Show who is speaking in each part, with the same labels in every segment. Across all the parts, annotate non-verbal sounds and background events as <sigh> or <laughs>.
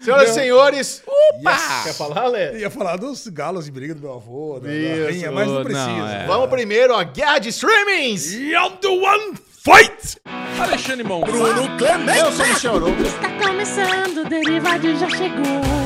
Speaker 1: Senhoras e senhores,
Speaker 2: é
Speaker 1: opa!
Speaker 3: Quer falar, Lé?
Speaker 2: Ia falar dos galos de briga do meu avô, da, da
Speaker 1: Isso.
Speaker 2: rainha, mas
Speaker 3: Não,
Speaker 2: não precisa.
Speaker 3: é.
Speaker 2: Vamos-
Speaker 1: Vamos primeiro à guerra de streamings!
Speaker 3: I'm the one fight! Alexandre Monfá.
Speaker 1: Eu sou o Michel Arouca.
Speaker 4: Está começando, o Derivadinho já chegou.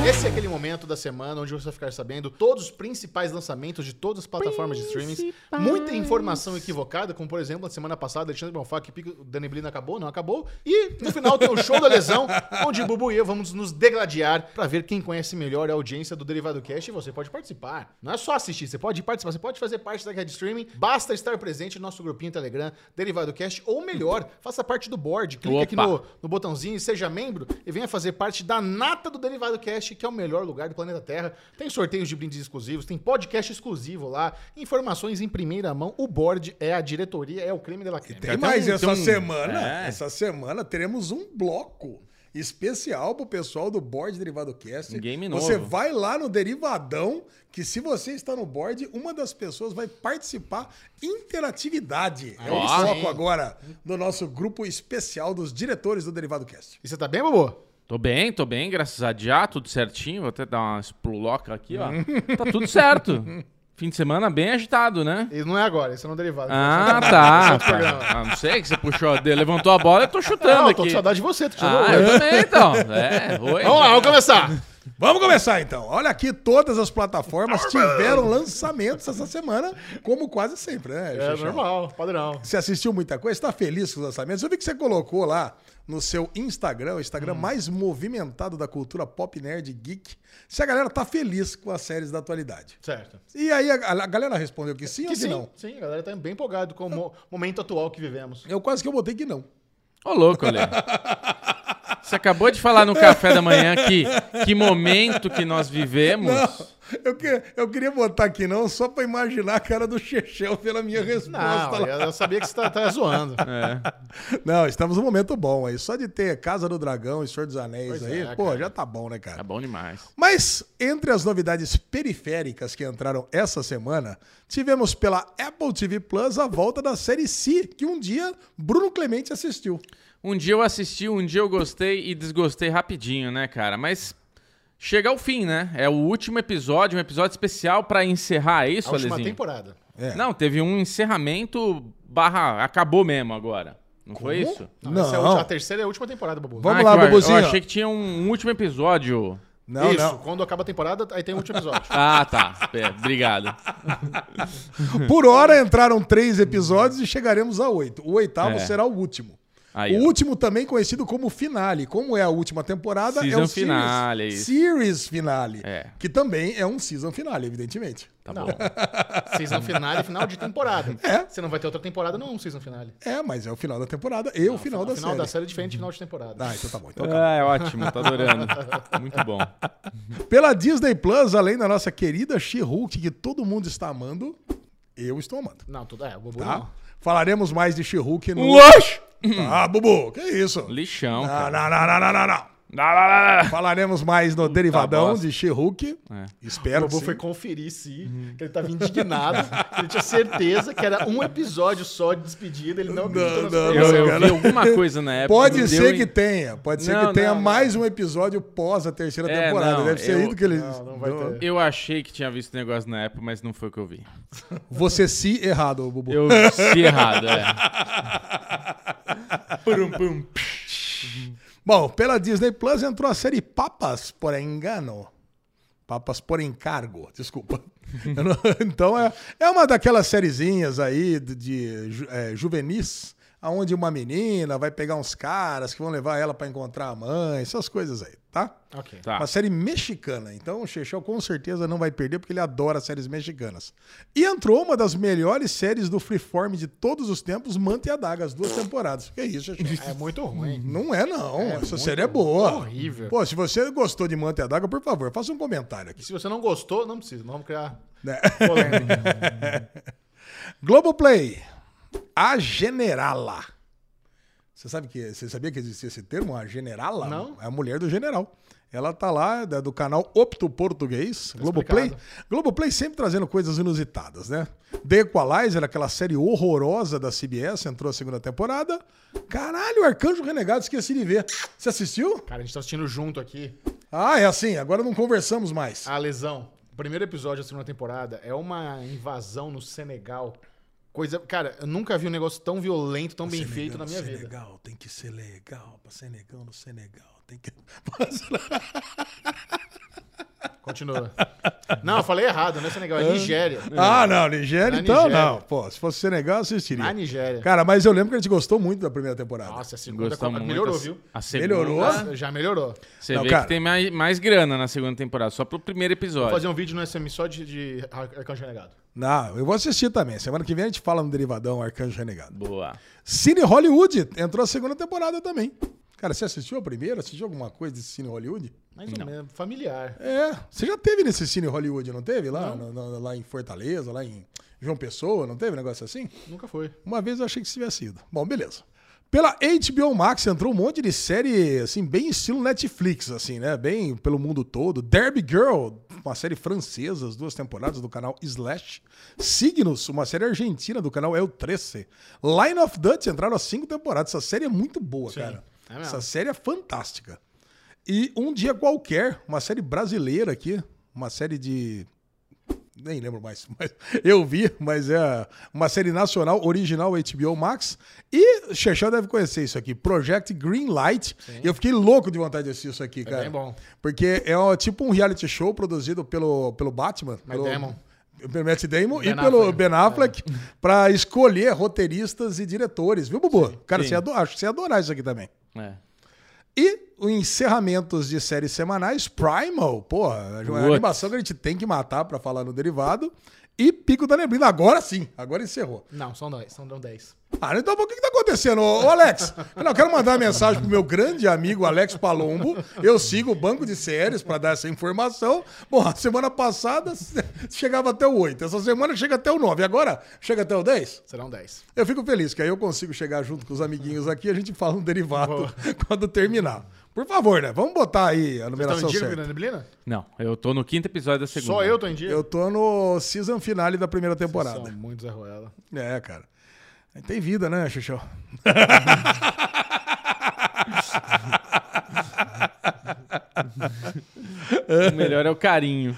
Speaker 1: Esse é aquele momento da semana onde você vai ficar sabendo todos os principais lançamentos de todas as plataformas de streamings.
Speaker 4: Principais.
Speaker 1: Muita informação equivocada, como por exemplo, na semana passada, Alexandre Bonfá, que pica- o Dani Blina acabou, não acabou. E no final tem o show da lesão, onde Bubu e eu vamos nos degladiar pra ver quem conhece melhor a audiência do Derivado Cast e você pode participar. Não é só assistir, você pode participar, você pode fazer parte da guerra de streaming, basta estar presente no nosso grupinho Telegram, Derivado Cast, ou melhor, faça parte do board, clique aqui
Speaker 3: Opa.
Speaker 1: no no botãozinho e seja membro e venha fazer parte da nata do Derivado Cast, que é o melhor lugar do planeta Terra. Tem sorteios de brindes exclusivos, tem podcast exclusivo lá, informações em primeira mão. O board é a diretoria, é o creme dela creme.
Speaker 2: Tem
Speaker 3: até
Speaker 2: mais
Speaker 3: um-
Speaker 2: essa
Speaker 3: tem um-
Speaker 2: semana.
Speaker 3: É.
Speaker 2: Essa semana teremos um bloco especial pro pessoal do board Derivado Cast.
Speaker 3: Um game
Speaker 2: Você
Speaker 3: novo.
Speaker 2: vai lá no Derivadão, que se você está no board, uma das pessoas vai participar. Interatividade. É o
Speaker 1: Ó.
Speaker 2: foco
Speaker 1: Sim.
Speaker 2: agora do nosso grupo especial dos diretores do Derivado Cast.
Speaker 1: E você tá bem, Bobo?
Speaker 3: Tô bem, tô bem, graças a Deus, tudo certinho. Vou até dar uma spluloca aqui, ó. Tá tudo certo. Fim de semana bem agitado, né?
Speaker 1: E não é agora, esse não é um derivado.
Speaker 3: Ah, tá. tá. Ah, não sei que você puxou, de- levantou a bola, eu tô chutando
Speaker 1: <laughs> Não, eu tô com
Speaker 3: aqui.
Speaker 1: saudade de você, tu tirou o
Speaker 3: Ah,
Speaker 1: olho.
Speaker 3: eu também, então. É, oi.
Speaker 1: Vamos lá, vamos começar.
Speaker 2: Vamos começar então. Olha aqui, todas as plataformas tiveram lançamentos essa semana, como quase sempre, né?
Speaker 1: É
Speaker 2: Xuxa?
Speaker 1: normal, padrão.
Speaker 2: Você assistiu muita coisa, está feliz com os lançamentos. Eu vi que você colocou lá no seu Instagram, o
Speaker 1: Hum.
Speaker 2: Instagram mais movimentado da cultura pop nerd geek, se a galera tá feliz com as séries da atualidade.
Speaker 1: Certo.
Speaker 2: E aí a, a galera respondeu que sim ou
Speaker 1: Que
Speaker 2: que
Speaker 1: sim,
Speaker 2: não.
Speaker 1: sim, a galera tá bem empolgado com o mo- momento atual que vivemos.
Speaker 2: Eu quase que eu botei que não.
Speaker 3: Ô, louco, Lê. Você acabou de falar no café da manhã que, que momento que nós vivemos.
Speaker 2: Eu, que- eu queria botar que não só para imaginar a cara do Chechel pela minha resposta
Speaker 1: Não,
Speaker 2: lá.
Speaker 1: eu sabia que você tá, tá <laughs> zoando.
Speaker 2: É. Não, estamos num momento bom aí. Só de ter Casa do Dragão e Senhor dos Anéis
Speaker 1: Pois
Speaker 2: aí,
Speaker 1: é,
Speaker 2: pô,
Speaker 1: cara.
Speaker 2: já tá bom, né, cara?
Speaker 3: Tá bom demais.
Speaker 2: Mas entre as novidades periféricas que entraram essa semana, tivemos pela Apple TV Plus a volta da série C, que um dia Bruno Clemente assistiu.
Speaker 3: Um dia eu assisti, um dia eu gostei e desgostei rapidinho, né, cara? Mas chega ao fim, né? É o último episódio, um episódio especial pra encerrar
Speaker 1: A
Speaker 3: é isso,
Speaker 1: última
Speaker 3: Alezinho?
Speaker 1: temporada.
Speaker 2: É.
Speaker 3: Não, teve um encerramento barra acabou mesmo agora. Não foi isso? Ah,
Speaker 1: Não,
Speaker 2: Não.
Speaker 1: essa é a, última- a terceira é a última temporada, Babu.
Speaker 2: Vamos
Speaker 3: que
Speaker 2: lá,
Speaker 3: eu-
Speaker 2: Bobozinho.
Speaker 3: Eu achei que tinha um último episódio.
Speaker 2: Não,
Speaker 1: Isso,
Speaker 2: não.
Speaker 1: quando acaba a temporada, aí tem o último episódio.
Speaker 2: <laughs>
Speaker 3: Ah, tá. É, obrigado.
Speaker 2: Por hora entraram três episódios e chegaremos a oito. O oitavo
Speaker 3: É.
Speaker 2: será o último.
Speaker 3: Aí,
Speaker 2: o
Speaker 3: ó.
Speaker 2: último também conhecido como finale. Como é a última temporada, é
Speaker 3: Season
Speaker 2: o
Speaker 3: finale, é
Speaker 2: series,
Speaker 3: isso.
Speaker 2: series finale.
Speaker 3: É.
Speaker 2: Que também é um season finale, evidentemente.
Speaker 3: Tá
Speaker 1: Não.
Speaker 3: bom.
Speaker 1: season finale, final de temporada.
Speaker 2: É.
Speaker 1: Você não vai ter outra temporada, não, um season finale.
Speaker 2: É, mas é o final da temporada e o final, da
Speaker 1: final
Speaker 2: série.
Speaker 1: da série é diferente de final de temporada.
Speaker 2: Ah, então tá bom. Então tá bom.
Speaker 3: Ah, é ótimo, tá adorando. Muito bom.
Speaker 2: Pela Disney Plus, além da nossa querida She-Hulk, que todo mundo está amando, eu estou amando,
Speaker 1: Não, tudo é, o Bubu
Speaker 2: tá?
Speaker 1: não.
Speaker 2: Falaremos mais de She-Hulk no. Ah, Bubu, que isso?
Speaker 3: Lixão,
Speaker 2: Não, não,
Speaker 3: cara.
Speaker 2: não, não, não, não, não.
Speaker 3: Lá, lá, lá, lá.
Speaker 2: Falaremos mais no Derivadão
Speaker 3: bosta.
Speaker 2: de She-Hulk.
Speaker 3: É.
Speaker 2: Espero
Speaker 1: O
Speaker 2: que
Speaker 1: Bubu foi
Speaker 2: sim. Uhum.
Speaker 1: conferir se que ele tava indignado, que ele tinha certeza que era um episódio só de despedida, ele não acreditou nas
Speaker 2: não,
Speaker 1: coisas.
Speaker 3: Eu, eu
Speaker 2: cara.
Speaker 3: vi alguma coisa na época.
Speaker 2: Pode
Speaker 3: É, não
Speaker 2: ser
Speaker 3: deu
Speaker 2: que
Speaker 3: em-
Speaker 2: tenha. Pode ser
Speaker 3: Não,
Speaker 2: que tenha
Speaker 3: não,
Speaker 2: mais um episódio pós a terceira
Speaker 3: É,
Speaker 2: temporada.
Speaker 3: não,
Speaker 2: Deve ser
Speaker 3: eu-
Speaker 2: aí do que eles.
Speaker 1: Não, não vai ter.
Speaker 3: Eu achei que tinha visto negócio na época, mas não foi o que eu vi.
Speaker 2: Você se errado, Bubu.
Speaker 3: Eu se errado, é. Purum, pum.
Speaker 2: Bom, pela Disney Plus entrou a série Papas por Engano. Papas por Encargo, desculpa.
Speaker 3: <laughs>
Speaker 2: Eu não- então é, é uma daquelas sériezinhas aí de, de ju- é, juvenis, onde uma menina vai pegar uns caras que vão levar ela pra encontrar a mãe, essas coisas aí, tá?
Speaker 1: Ok.
Speaker 3: Tá.
Speaker 2: Uma série mexicana. Então o Chechel com certeza não vai perder, porque ele adora séries mexicanas. E entrou uma das melhores séries do Freeform de todos os tempos, Manta e a Daga, as duas temporadas. Que isso, Chechel?
Speaker 1: É muito ruim.
Speaker 2: Não é, não. Essa
Speaker 1: muito
Speaker 2: série é boa.
Speaker 1: horrível.
Speaker 2: Pô, se você gostou de Manta e a Daga, por favor, faça um comentário
Speaker 1: E
Speaker 2: aqui.
Speaker 1: se você não gostou, não precisa, não vamos criar
Speaker 2: Né?
Speaker 1: polêmica.
Speaker 2: Globoplay. A Generala. Você sabe que você sabia que existia esse termo? A generala?
Speaker 1: Não.
Speaker 2: É a mulher do general. Ela tá lá da- do canal Opto
Speaker 1: Tá
Speaker 2: Português, Globoplay. Globoplay sempre trazendo coisas inusitadas, né? The Equalizer, aquela série horrorosa da CBS, entrou a segunda temporada. Caralho, Arcanjo Renegado, esqueci de ver. Você assistiu?
Speaker 1: Cara, a gente tá assistindo junto aqui.
Speaker 2: Ah, é assim, agora não conversamos mais.
Speaker 1: A lesão. O primeiro episódio da segunda temporada é uma invasão no Senegal. Coisa. Cara, eu nunca vi um negócio tão violento, tão bem
Speaker 2: Senegal,
Speaker 1: feito na minha vida.
Speaker 2: Senegal, tem que ser legal. Pra Senegal no Senegal, tem que... <laughs>
Speaker 1: Continua. Não, eu falei errado, não é Senegal, é Nigéria.
Speaker 2: Ah, não, Nigéria
Speaker 1: Na
Speaker 2: então
Speaker 1: Nigéria.
Speaker 2: não. Pô, se fosse Senegal, eu assistiria.
Speaker 1: Na Nigéria.
Speaker 2: Cara, mas eu lembro que a gente gostou muito da primeira temporada.
Speaker 1: Nossa, a segunda
Speaker 3: Gostamos muito.
Speaker 1: melhorou,
Speaker 3: a-
Speaker 2: assim.
Speaker 1: viu?
Speaker 3: A segunda,
Speaker 2: Melhorou?
Speaker 3: Melhorou?
Speaker 1: Já melhorou.
Speaker 3: Você
Speaker 2: Não,
Speaker 3: vê
Speaker 2: cara.
Speaker 3: que tem mais, mais grana na segunda temporada, só pro primeiro episódio.
Speaker 1: Vou fazer um vídeo no SM só de, de Ar- Arcanjo Renegado.
Speaker 2: Não, eu vou assistir também. Semana que vem a gente fala no Derivadão Arcanjo
Speaker 1: um-
Speaker 2: Renegado.
Speaker 3: Boa.
Speaker 2: Cine Hollywood entrou a segunda temporada também. Cara, você assistiu a primeira? Assistiu alguma coisa de Cine Hollywood?
Speaker 1: Mais ou menos, familiar.
Speaker 2: É, você já teve nesse Cine Hollywood, não teve? Lá, no- no- lá em Fortaleza, lá em João Pessoa, não teve um negócio assim?
Speaker 1: Nunca foi.
Speaker 2: Uma vez eu achei que isso tivesse ido. Bom, beleza. Pela HBO Max entrou um monte de série, assim, bem estilo Netflix, assim, né? Bem pelo mundo todo. Derby Girl, uma série francesa, as duas temporadas do canal Slash. Signos, uma série argentina do canal El 13. Line of Duty entraram as cinco temporadas. Essa série é muito boa, cara.
Speaker 1: é mesmo.
Speaker 2: Essa série é fantástica. E Um Dia Qualquer, uma série brasileira aqui. Uma série de nem lembro mais, <laughs> mas eu vi, mas é uma série nacional, original HBO Max. E o Xexão deve conhecer isso aqui, Project Greenlight. Eu fiquei louco de vontade de assistir isso aqui, cara.
Speaker 1: É bem bom.
Speaker 2: Porque é ó, tipo um reality show produzido pelo, pelo Batman. pelo,
Speaker 1: Damon.
Speaker 2: Pelo Matt Damon e
Speaker 1: Ben
Speaker 2: pelo
Speaker 1: Affleck. É.
Speaker 2: Ben Affleck, pra escolher roteiristas e diretores, viu, Bubu? Cara, você ia ado- acho que você ia adorar isso aqui também.
Speaker 3: É.
Speaker 2: E o encerramentos de séries semanais, Primal, porra, é uma
Speaker 3: Putz.
Speaker 2: animação que a gente tem que matar pra falar no derivado. E Pico da Neblina, agora sim, agora encerrou.
Speaker 1: Não, são dois, são 10.
Speaker 2: Ah, então o que, que tá acontecendo? Ô, ô, Alex, eu não quero mandar uma mensagem pro meu grande amigo Alex Palombo. Eu sigo o banco de séries pra dar essa informação. Bom, a semana passada <laughs> chegava até o 8, essa semana chega até o 9, agora chega até o 10?
Speaker 1: Serão 10.
Speaker 2: Eu fico feliz, que aí eu consigo chegar junto com os amiguinhos aqui e a gente fala um derivado <laughs> quando terminar. Por favor, né? Vamos botar aí
Speaker 1: Vocês
Speaker 2: a
Speaker 1: estão
Speaker 2: numeração
Speaker 1: em dia né? com
Speaker 2: certa.
Speaker 1: a neblina?
Speaker 3: Não, eu tô no quinto episódio da segunda.
Speaker 1: Só eu tô em dia?
Speaker 2: Eu tô no season finale da primeira
Speaker 1: São
Speaker 2: temporada.
Speaker 1: muitos arruela.
Speaker 2: É, cara. Tem vida, né, Xuxão?
Speaker 3: <laughs> O melhor é o carinho.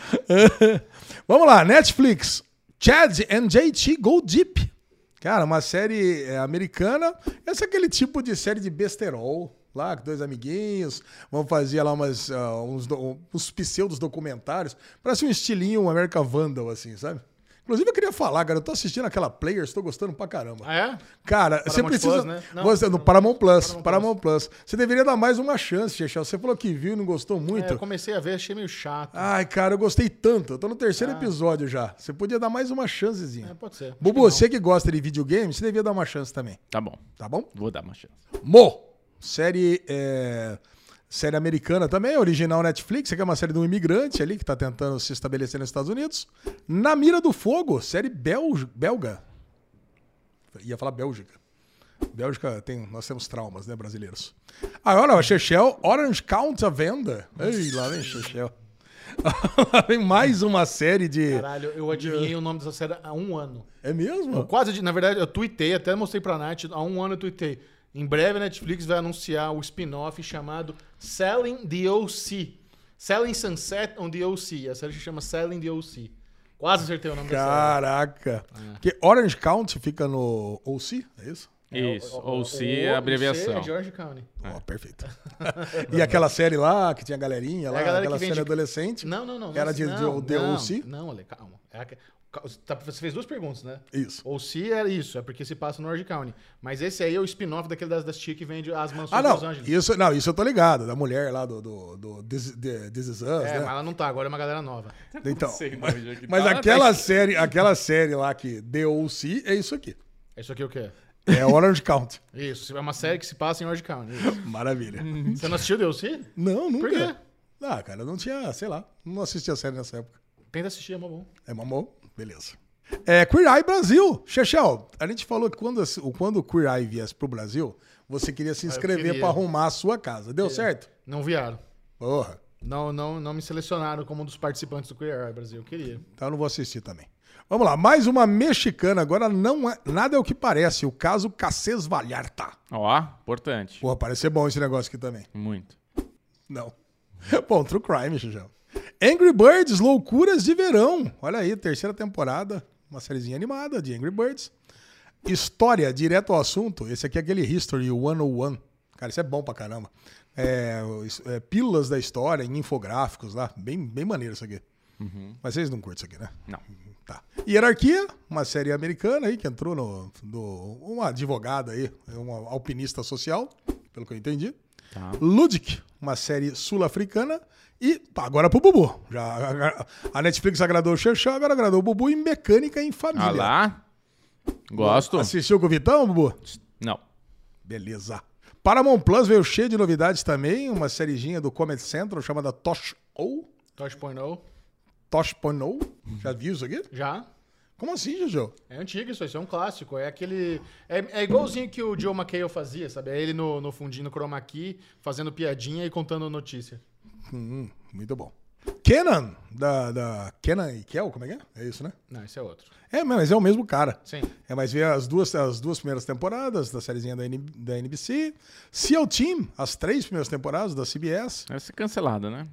Speaker 2: Vamos lá, Netflix. Chad and JT Go Deep. Cara, uma série é, americana. Essa é aquele tipo de série de besterol. Lá, com dois amiguinhos, vão fazer lá umas, ah, uns, do- uns pseudos documentários. Parece um estilinho um America Vandal, assim, sabe? Inclusive, eu queria falar, cara, eu tô assistindo aquela Players, tô gostando pra caramba.
Speaker 1: Ah, é?
Speaker 2: Cara, você
Speaker 1: Paramount
Speaker 2: precisa.
Speaker 1: Plus, né? Não,
Speaker 2: você, no Paramount Plus, Paramount, Plus. Você deveria dar mais uma chance, Chechel. Você falou que viu e não gostou
Speaker 1: É,
Speaker 2: muito.
Speaker 1: eu comecei a ver, achei meio chato.
Speaker 2: Ai, cara, eu gostei tanto. Eu tô no terceiro episódio já. Você podia dar mais uma chancezinha.
Speaker 1: É, pode ser.
Speaker 2: Bubu, você que gosta de videogame, você devia dar uma chance também,
Speaker 3: Tá bom,
Speaker 2: tá bom?
Speaker 3: vou dar uma chance.
Speaker 2: Mo! Série. é, Série americana também, original Netflix, que é uma série de um imigrante ali que tá tentando se estabelecer nos Estados Unidos. Na Mira do Fogo, série bel... belga. Ia falar Bélgica. Bélgica tem. Nós temos traumas, né, brasileiros? Ah, olha, ó, Chechel, Orange Count à venda. Ei, lá vem Chechel. <laughs> lá vem mais uma série de.
Speaker 1: Caralho, eu adivinhei o nome dessa série há um ano.
Speaker 2: É
Speaker 1: Eu
Speaker 2: mesmo?
Speaker 1: quase, adi- na verdade, eu tuitei, até mostrei pra Nath, há um ano eu tuitei. Em breve a Netflix vai anunciar o spin-off chamado Selling the OC. Selling Sunset on the OC. A série se chama Selling the OC. Quase acertei o nome da série.
Speaker 2: Caraca. Porque Orange Count fica no OC, é isso?
Speaker 3: Isso, ou se
Speaker 1: O-
Speaker 3: é abreviação.
Speaker 1: C é
Speaker 2: <laughs>
Speaker 1: George County.
Speaker 2: Ó, perfeito. e aquela série lá, que tinha galerinha lá,
Speaker 1: É a galera
Speaker 2: aquela
Speaker 1: que vende-
Speaker 2: série adolescente.
Speaker 1: Não, não, não. não
Speaker 2: Era Tipo, de
Speaker 1: não,
Speaker 2: The
Speaker 1: não,
Speaker 2: OC?
Speaker 1: Não, Ale, calma. É a- ca- tá- Você fez duas perguntas, né?
Speaker 2: Isso.
Speaker 1: OC é isso, é porque se passa no Orange County. Mas esse aí é o spin-off daquele das, das tia que vende as mansões
Speaker 2: Ah,
Speaker 1: de Los
Speaker 2: não.
Speaker 1: Angeles.
Speaker 2: Isso, não, isso eu tô ligado, da mulher lá do, do, do This, The- This Is
Speaker 1: É,
Speaker 2: Us,
Speaker 1: mas
Speaker 2: né?
Speaker 1: ela não tá, agora é uma galera nova.
Speaker 2: Então,
Speaker 1: né?
Speaker 3: Sei,
Speaker 2: mas,
Speaker 3: mas aqui
Speaker 2: mas
Speaker 3: tá-
Speaker 2: aquela série, aquela série lá que DOC é isso aqui.
Speaker 1: Isso aqui é o quê?
Speaker 2: É Orange Count. <laughs>
Speaker 1: Isso, é uma série que se passa em Orange County. isso.
Speaker 2: Maravilha.
Speaker 1: Você não assistiu DLC?
Speaker 2: Não, nunca.
Speaker 1: Uhum. Por quê?
Speaker 2: Ah, cara, eu não tinha, sei lá, não assistia série nessa época.
Speaker 1: Tenta assistir, é mó bom.
Speaker 2: É mamão? Beleza. É, Queer Eye Brasil. Chechel, a gente falou que quando, esse- o- quando o Queer Eye viesse pro Brasil, você queria se inscrever
Speaker 1: queria.
Speaker 2: pra arrumar a sua casa. Deu certo?
Speaker 1: Não vieram.
Speaker 2: Porra.
Speaker 1: Não, não, não me selecionaram como um dos participantes do Queer Eye Brasil. Eu queria.
Speaker 2: Então eu não vou assistir também. Vamos lá, mais uma mexicana. Agora não é, nada é o que parece. O caso Cacês Vallarta.
Speaker 3: Ó, importante.
Speaker 2: Porra, parece ser bom esse negócio aqui também.
Speaker 3: Muito.
Speaker 2: Não. <laughs> Bom, True Crime, Xijão. Angry Birds, Loucuras de Verão. Olha aí, terceira temporada. Uma sériezinha animada de Angry Birds. História, direto ao assunto. Esse aqui é aquele History 101. Cara, isso é bom pra caramba. É, os- é, pílulas da história em infográficos lá. Bem, bem maneiro isso aqui. Mas vocês não curtem isso aqui, né?
Speaker 3: Não.
Speaker 2: Tá. Hierarquia, uma série americana aí que entrou no. Do, uma advogada aí, uma alpinista social, pelo que eu entendi.
Speaker 3: Tá.
Speaker 2: Ludic, uma série sul-africana. E pá, agora pro Bubu. Já, a Netflix agradou o Xerxão, agora agradou o Bubu em Mecânica em
Speaker 3: Ah
Speaker 2: Família.
Speaker 3: lá. Gosto.
Speaker 2: Assistiu com o Vitão, Bubu?
Speaker 3: Não.
Speaker 2: Beleza. Paramount Plus veio cheio de novidades também. Uma sériezinha do Comedy Central chamada Tosh O.
Speaker 1: Tosh.0.
Speaker 2: Tosh Pono. Já viu isso aqui?
Speaker 1: Oh, Já.
Speaker 2: Como assim, Jojo?
Speaker 1: É antigo isso, isso é um clássico. É aquele. É, é igualzinho que o Joe McHale fazia, sabe? É ele no, no fundinho, no chroma key, fazendo piadinha e contando notícia.
Speaker 2: Hum, muito bom. Kenan, da, da Kenan e Kel, como é que é? É isso, né?
Speaker 1: Não, esse é outro.
Speaker 2: É, mas é o mesmo cara.
Speaker 1: Sim.
Speaker 2: É, mas veio as duas, as duas primeiras temporadas da sériezinha da, N- da NBC. Seal Team, as três primeiras temporadas da CBS.
Speaker 3: Vai ser cancelada, né?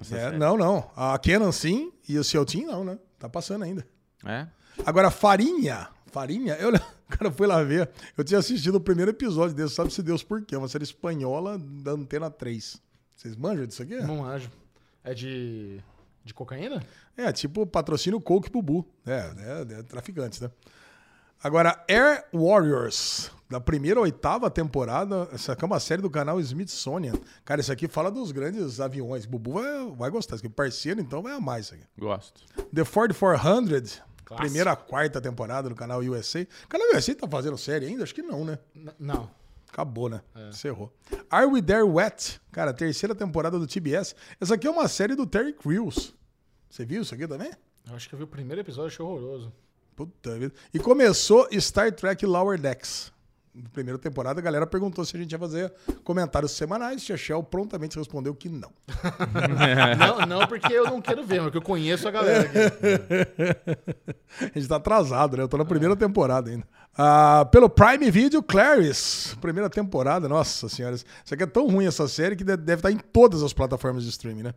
Speaker 3: Essa
Speaker 2: É,
Speaker 3: série.
Speaker 2: não, não. A Kenan sim e o Seal Team não, né? Tá passando ainda.
Speaker 3: É?
Speaker 2: Agora, Farinha. Farinha, eu, <laughs> cara, eu fui lá ver. Eu tinha assistido o primeiro episódio desse, sabe se Deus por quê? É Uma série espanhola da Antena 3. Vocês manjam disso aqui?
Speaker 1: Não anjo. É de. de cocaína?
Speaker 2: É, tipo patrocínio Coke e Bubu. É, é, é traficante, né? Agora, Air Warriors, da primeira à oitava temporada, essa aqui é uma série do canal Smithsonian. Cara, isso aqui fala dos grandes aviões. Bubu vai, vai gostar, isso aqui é parceiro, então vai amar isso aqui.
Speaker 1: <laughs>
Speaker 3: Gosto.
Speaker 2: The Ford 400,
Speaker 1: Clássico.
Speaker 2: primeira à quarta temporada do canal USA. O canal USA tá fazendo série ainda? Acho que não, né?
Speaker 1: N- não.
Speaker 2: Acabou, né? Encerrou. Are We There Wet? Cara, terceira temporada do TBS. Essa aqui é uma série do Terry Crews. Você viu isso aqui também?
Speaker 1: Eu acho que eu vi o primeiro episódio, achei horroroso.
Speaker 2: Puta vida. E começou Star Trek Lower Decks. Na primeira temporada, a galera perguntou se a gente ia fazer comentários semanais. Tia Shell prontamente respondeu que não.
Speaker 1: não, não, porque eu não quero ver, mas que eu conheço a galera aqui.
Speaker 2: <laughs> A gente tá atrasado, né? Eu tô na primeira temporada ainda. Ah, pelo Prime Video, Clarice. Primeira temporada, nossa senhora. Isso aqui é tão ruim essa série que de- deve estar em todas as plataformas de streaming, né?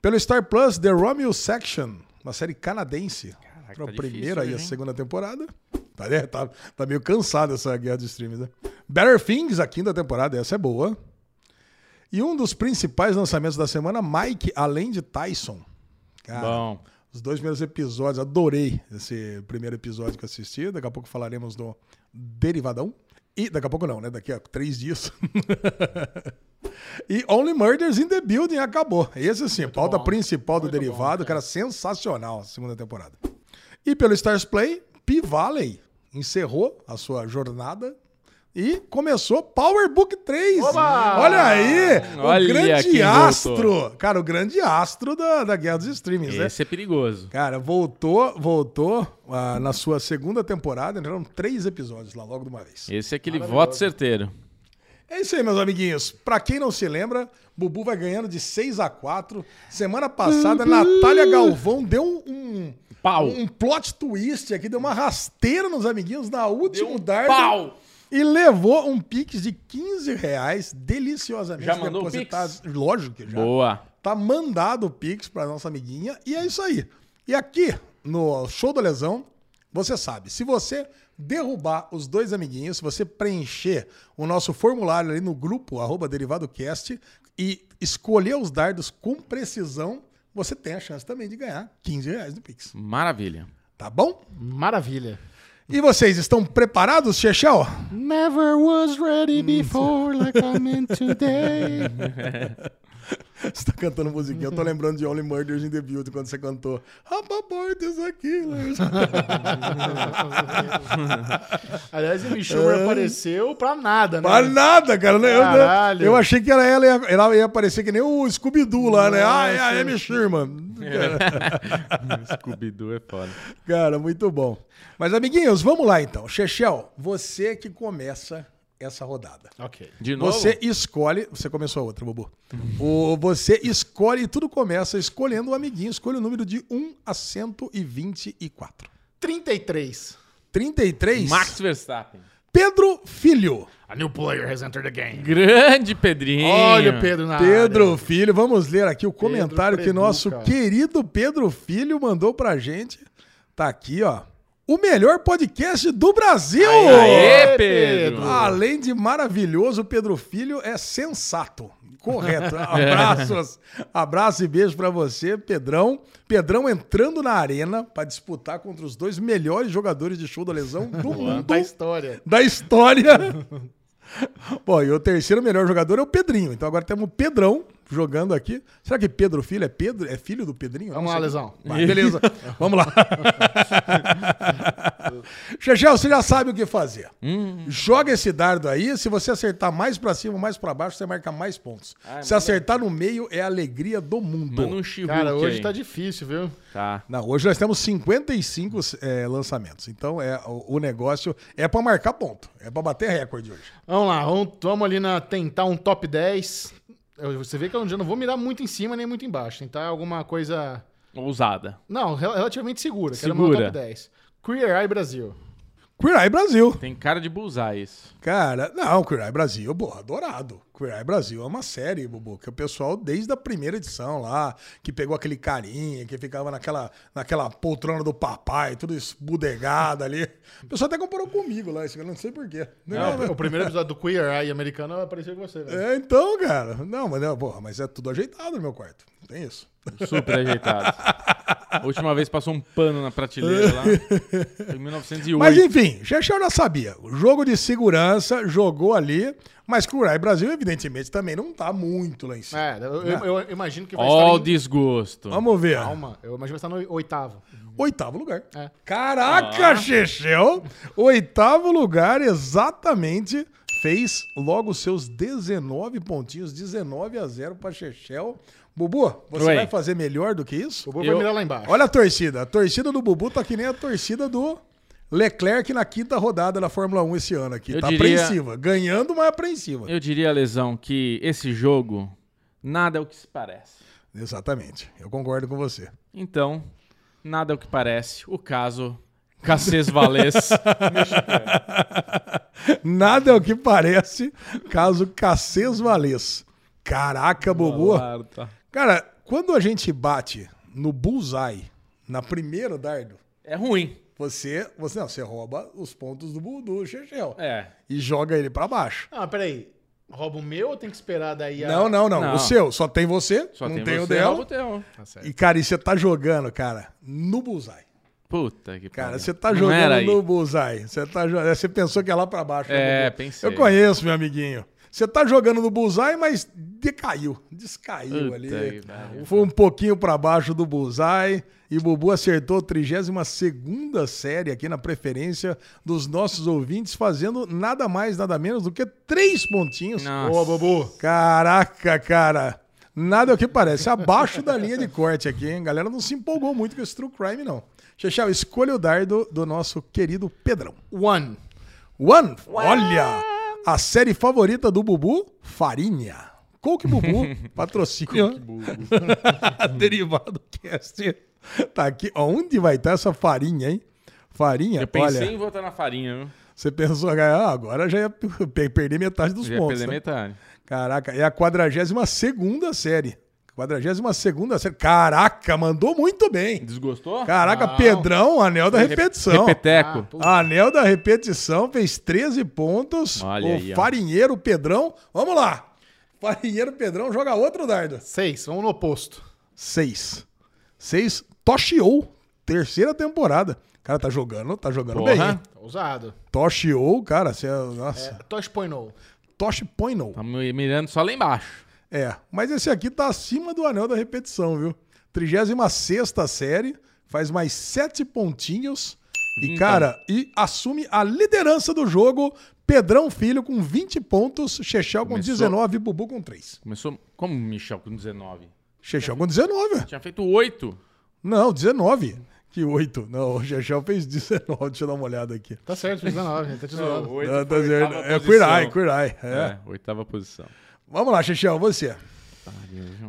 Speaker 2: Pelo Star Plus, The Romeo Section. Uma série canadense.
Speaker 3: Caraca,
Speaker 2: Pra
Speaker 3: tá
Speaker 2: primeira
Speaker 3: difícil
Speaker 2: e a
Speaker 3: hoje, hein?
Speaker 2: segunda temporada. Tá, né? Tá- tá meio cansado essa guerra de streams, né? Better Things, a quinta temporada. Essa é boa. E um dos principais lançamentos da semana, Mike, além de Tyson. Cara,
Speaker 3: Bom.
Speaker 2: os dois primeiros episódios, adorei esse primeiro episódio que eu assisti. Daqui a pouco falaremos do Derivadão. E daqui a pouco não, né? Daqui a três dias. <laughs> e Only Murders in the Building acabou. Esse assim, pauta
Speaker 1: bom.
Speaker 2: principal do
Speaker 1: Muito
Speaker 2: Derivado,
Speaker 1: bom,
Speaker 2: cara, sensacional a segunda temporada. E pelo Stars Play, P-Valley encerrou a sua jornada e começou Power Book 3.
Speaker 1: Oba!
Speaker 2: Olha aí! o
Speaker 3: Olha
Speaker 2: grande
Speaker 3: quem
Speaker 2: astro!
Speaker 3: voltou.
Speaker 2: Cara, o grande astro da, da Guerra dos Streamings, né?
Speaker 3: Esse é perigoso.
Speaker 2: Cara, voltou, voltou ah, na sua segunda temporada, entraram três episódios lá logo de uma vez.
Speaker 3: Esse é aquele
Speaker 1: Maravilhoso.
Speaker 3: voto certeiro.
Speaker 2: É isso aí, meus amiguinhos. Pra quem não se lembra, Bubu vai ganhando de 6 a 4. Semana passada, Natália Galvão deu um,
Speaker 3: Pau.
Speaker 2: um, um plot twist aqui, deu uma rasteira nos amiguinhos na última um dardo
Speaker 3: Pau!
Speaker 2: e levou um pix de 15 reais deliciosamente
Speaker 3: Já mandou o pix?
Speaker 2: Lógico que já.
Speaker 3: Boa.
Speaker 2: Tá mandado o Pix pra nossa amiguinha. E é isso aí. E aqui no Show da Lesão, você sabe, se você derrubar os dois amiguinhos, se você preencher o nosso formulário ali no grupo, arroba DerivadoCast, e escolher os dardos com precisão, você tem a chance também de ganhar 15 reais no Pix.
Speaker 3: Maravilha.
Speaker 2: Tá bom?
Speaker 1: Maravilha.
Speaker 2: E vocês estão preparados, Chechel? <laughs>
Speaker 1: Never was ready before like I'm in today.
Speaker 2: Você tá cantando musiquinha. Eu tô lembrando de Only Murders in the Building quando você cantou. Hop aboard feito isso aqui, Luiz.
Speaker 1: <laughs>
Speaker 2: <laughs>
Speaker 1: Aliás, Amy Schumer apareceu Ah. pra nada, né?
Speaker 2: Mas nada, cara. né? Eu,
Speaker 1: Caralho.
Speaker 2: eu achei que era ela, ia- ela ia aparecer que nem o Scooby-Doo lá, né? Ah, é a Amy Sherman.
Speaker 3: Scooby-Doo é foda.
Speaker 2: <laughs> Cara, muito bom. Mas, amiguinhos, vamos lá então. Chechel, você que começa essa rodada.
Speaker 1: Ok.
Speaker 3: De novo?
Speaker 2: Você escolhe. Você começou a outra, Bobo. O, você escolhe e tudo começa escolhendo o amiguinho. Escolha o número de 1 a 124.
Speaker 1: 33.
Speaker 2: 33.
Speaker 3: Max Verstappen.
Speaker 2: Pedro Filho.
Speaker 1: A new player has entered the game.
Speaker 3: Grande Pedrinho.
Speaker 1: Olha o Pedro na
Speaker 2: Pedro
Speaker 1: área.
Speaker 2: Filho, vamos ler aqui o comentário que
Speaker 1: Predu,
Speaker 2: nosso
Speaker 1: cara.
Speaker 2: querido Pedro Filho mandou pra gente. Tá aqui, ó. O melhor podcast do Brasil!
Speaker 3: Aê,
Speaker 1: Ô,
Speaker 3: Pedro.
Speaker 1: Pedro.
Speaker 2: Além de maravilhoso, o Pedro Filho é sensato.
Speaker 3: <laughs>
Speaker 2: Correto. <laughs> Abraços. Abraço e beijo pra você, Pedrão. Pedrão entrando na arena pra disputar contra os dois melhores jogadores de show da lesão do mundo
Speaker 3: Tá
Speaker 1: Da história.
Speaker 2: da história. <laughs> Bom, e o terceiro melhor jogador é o Pedrinho. Então agora temos o Pedrão jogando aqui. Será que Pedro Filho é Pedro? É filho do Pedrinho? Eu não
Speaker 1: Vamos lá,
Speaker 2: sei.
Speaker 1: Lesão. <laughs>
Speaker 2: Vai, beleza. Vamos lá. <laughs> Chechel, você já sabe o que fazer.
Speaker 1: Hum.
Speaker 2: Joga esse dardo aí. Se você acertar mais pra cima, mais pra baixo, você marca mais pontos. Se acertar no meio, é a alegria do mundo.
Speaker 3: Manda um Chihuk
Speaker 1: Cara, hoje
Speaker 3: aí.
Speaker 1: tá difícil, viu?
Speaker 3: Tá.
Speaker 2: Não, hoje nós temos 55 eh, lançamentos. Então é o, o negócio é pra marcar ponto. É pra bater recorde hoje.
Speaker 1: Vamos lá, vamos, vamos ali na tentar um top 10. Eu- Você vê que eu já não vou mirar muito em cima nem muito embaixo. Tentar alguma coisa.
Speaker 3: Ousada.
Speaker 1: Não, rel- relativamente segura. Quero
Speaker 3: Segura.
Speaker 1: uma top 10. Queer Eye Brasil.
Speaker 2: Queer Eye Brasil.
Speaker 3: Tem cara de bullseye isso.
Speaker 2: Cara, não, Queer Eye Brasil, porra, adorado. Queer Eye Brasil é uma série, Bubu, que o pessoal, desde a primeira edição lá, que pegou aquele carinha, que ficava naquela, naquela poltrona do papai, tudo esbudegado ali. O pessoal até comparou comigo lá, isso eu não sei porquê.
Speaker 1: Não, o primeiro episódio do Queer Eye americano apareceu com você, velho.
Speaker 2: É, então, cara. Não, mas, é, porra, mas é tudo ajeitado no meu quarto. Tem isso.
Speaker 3: Super ajeitado. A última vez passou um pano na prateleira lá. Foi em 1908.
Speaker 2: Mas enfim, Chechel já sabia. O Jogo de segurança, jogou ali, mas Queer Eye Brasil, evidentemente, também não tá muito lá em cima.
Speaker 1: É, eu, eu- eu imagino que vai
Speaker 3: Ó o
Speaker 1: estar. tá Em...
Speaker 3: desgosto.
Speaker 2: Vamos ver.
Speaker 1: Calma, eu imagino que vai estar no oitavo.
Speaker 2: Oitavo lugar.
Speaker 1: É.
Speaker 2: Caraca, Chechel! Oitavo lugar, exatamente. Fez logo seus 19 pontinhos, 19 a 0 para Chechel. Bubu, você
Speaker 3: Oi.
Speaker 2: vai fazer melhor do que
Speaker 1: O
Speaker 2: isso?
Speaker 1: Bobo
Speaker 3: Eu-
Speaker 1: vai mirar lá embaixo.
Speaker 2: Olha a torcida. A torcida do Bubu tá que nem a torcida do Leclerc na quinta rodada da Fórmula 1 esse ano aqui.
Speaker 3: Eu
Speaker 2: tá
Speaker 3: diria-
Speaker 2: apreensiva. Ganhando, mas apreensiva.
Speaker 3: Eu diria, Lesão, que esse jogo nada é o que se parece.
Speaker 2: Exatamente. Eu concordo com você.
Speaker 3: Então, nada é o que parece. O caso Cassez <laughs> Valés.
Speaker 2: Nada é o que parece, caso Cassês valesse. Caraca, Bubu. Cara, quando a gente bate no bullseye, na primeira dardo,
Speaker 3: É ruim.
Speaker 2: você, você, não, você rouba os pontos do, bu- do Chechel
Speaker 3: É.
Speaker 2: e joga ele pra baixo.
Speaker 1: Ah, peraí. Rouba o meu ou tem que esperar daí a.
Speaker 2: Não, não, não,
Speaker 3: Não.
Speaker 2: O seu, só tem você,
Speaker 3: Só
Speaker 2: não
Speaker 3: tem,
Speaker 2: tem,
Speaker 3: você,
Speaker 2: o dela.
Speaker 3: rouba o teu.
Speaker 1: Tá certo.
Speaker 2: E, cara, e você tá jogando, cara, no bullseye.
Speaker 3: Puta que
Speaker 2: Cara,
Speaker 3: pariu.
Speaker 2: você tá
Speaker 3: Não
Speaker 2: jogando
Speaker 3: era aí.
Speaker 2: no bullseye. Você, tá, jo- você pensou que é lá pra baixo.
Speaker 3: É,
Speaker 2: Bubu?
Speaker 3: pensei.
Speaker 2: Eu conheço, meu amiguinho. Você tá jogando no bullseye, mas decaiu. Descaiu
Speaker 3: Puta
Speaker 2: ali.
Speaker 3: que pariu.
Speaker 2: Foi um pouquinho pra baixo do bullseye. E Bubu acertou a 32 série aqui na preferência dos nossos ouvintes, fazendo nada mais, nada menos do que três pontinhos.
Speaker 3: Nossa.
Speaker 1: Boa, Bobo.
Speaker 2: Caraca, cara. Nada é o que parece. Abaixo da linha de corte aqui, hein? Galera não se empolgou muito com esse true crime, não. Chechel, escolha o dardo do nosso querido Pedrão.
Speaker 1: One.
Speaker 2: One, olha! A série favorita do Bubu, Farinha. Coke Bubu,
Speaker 3: <laughs>
Speaker 2: patrocínio. <laughs> Derivado cast. Tá aqui. Onde vai estar essa farinha, hein? Farinha,
Speaker 3: Eu pensei
Speaker 2: olha.
Speaker 3: em votar na farinha, viu?
Speaker 2: Você pensou, ah, agora já ia pe- perder metade dos
Speaker 3: Já
Speaker 2: pontos.
Speaker 3: perder
Speaker 2: né?
Speaker 3: metade.
Speaker 2: Caraca, é a 42 série. 42 série. Caraca, mandou muito bem.
Speaker 3: Desgostou?
Speaker 2: Caraca, Pedrão, anel da
Speaker 3: Rep-
Speaker 2: repetição. Ah,
Speaker 3: Repeteco.
Speaker 2: Anel da repetição, fez 13 pontos.
Speaker 3: Olha
Speaker 2: o
Speaker 3: aí, ó.
Speaker 2: Farinheiro Pedrão, vamos lá. Farinheiro Pedrão joga outro dardo.
Speaker 1: Seis. Vamos no oposto.
Speaker 2: 6. 6, Toshio, terceira temporada. Cara, tá jogando, tá jogando
Speaker 3: Porra.
Speaker 2: bem. hein?
Speaker 1: Tá Ousado.
Speaker 2: Toshio, cara, você, é, nossa.
Speaker 1: Tosh Point No.
Speaker 2: Toshi Poinou.
Speaker 3: É. Tá me mirando só lá embaixo.
Speaker 2: É, mas esse aqui tá acima do anel da repetição, viu? 36 série, faz mais sete pontinhos. E, cara, e assume a liderança do jogo. Pedrão Filho com 20 pontos, Chechel com
Speaker 3: Começou.
Speaker 2: 19 e Bubu com 3.
Speaker 3: Começou como Michel com 19?
Speaker 2: Chechel com 19.
Speaker 3: Tinha feito 8.
Speaker 2: Não, 19. Que 8. Não, o Chechel fez 19. Deixa eu dar uma olhada aqui.
Speaker 1: Tá certo, fez 19, tá te zoando.
Speaker 2: Não, tá certo. É Queer Eye, Queer Eye. é.
Speaker 3: É, oitava posição.
Speaker 2: Vamos lá, Chechel, você.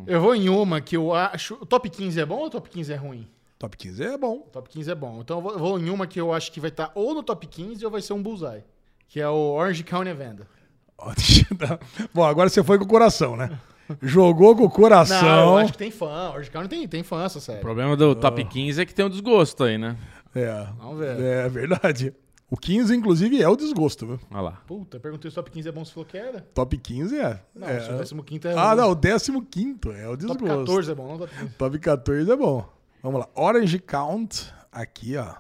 Speaker 1: Eu vou em uma que eu acho. O top 15 é bom ou o top 15 é ruim?
Speaker 2: Top 15 é bom.
Speaker 1: O top 15 é bom. Então eu vou, eu vou em uma que eu acho que vai estar ou no top 15 ou vai ser um bullseye. Que é o Orange County Venda.
Speaker 2: Ó, <laughs> deixa eu dar- bom, agora você foi com o coração, né? Jogou com o coração.
Speaker 1: Não, eu acho que tem fã. Orange County tem, tem fã essa série.
Speaker 3: O problema do top 15 é que tem um desgosto aí, né?
Speaker 2: É.
Speaker 1: Vamos ver.
Speaker 2: É verdade. O 15, inclusive, é o desgosto, viu?
Speaker 3: Olha lá.
Speaker 1: Puta, perguntei se o top 15 é bom, você falou que era.
Speaker 2: Top 15 é.
Speaker 1: Não,
Speaker 2: é.
Speaker 1: se o 15 é ruim.
Speaker 2: Ah, não, o 15 é o desgosto.
Speaker 1: Top 14 é bom, não top 15.
Speaker 2: Top 14 é bom. Vamos lá. Orange Count, aqui, ó.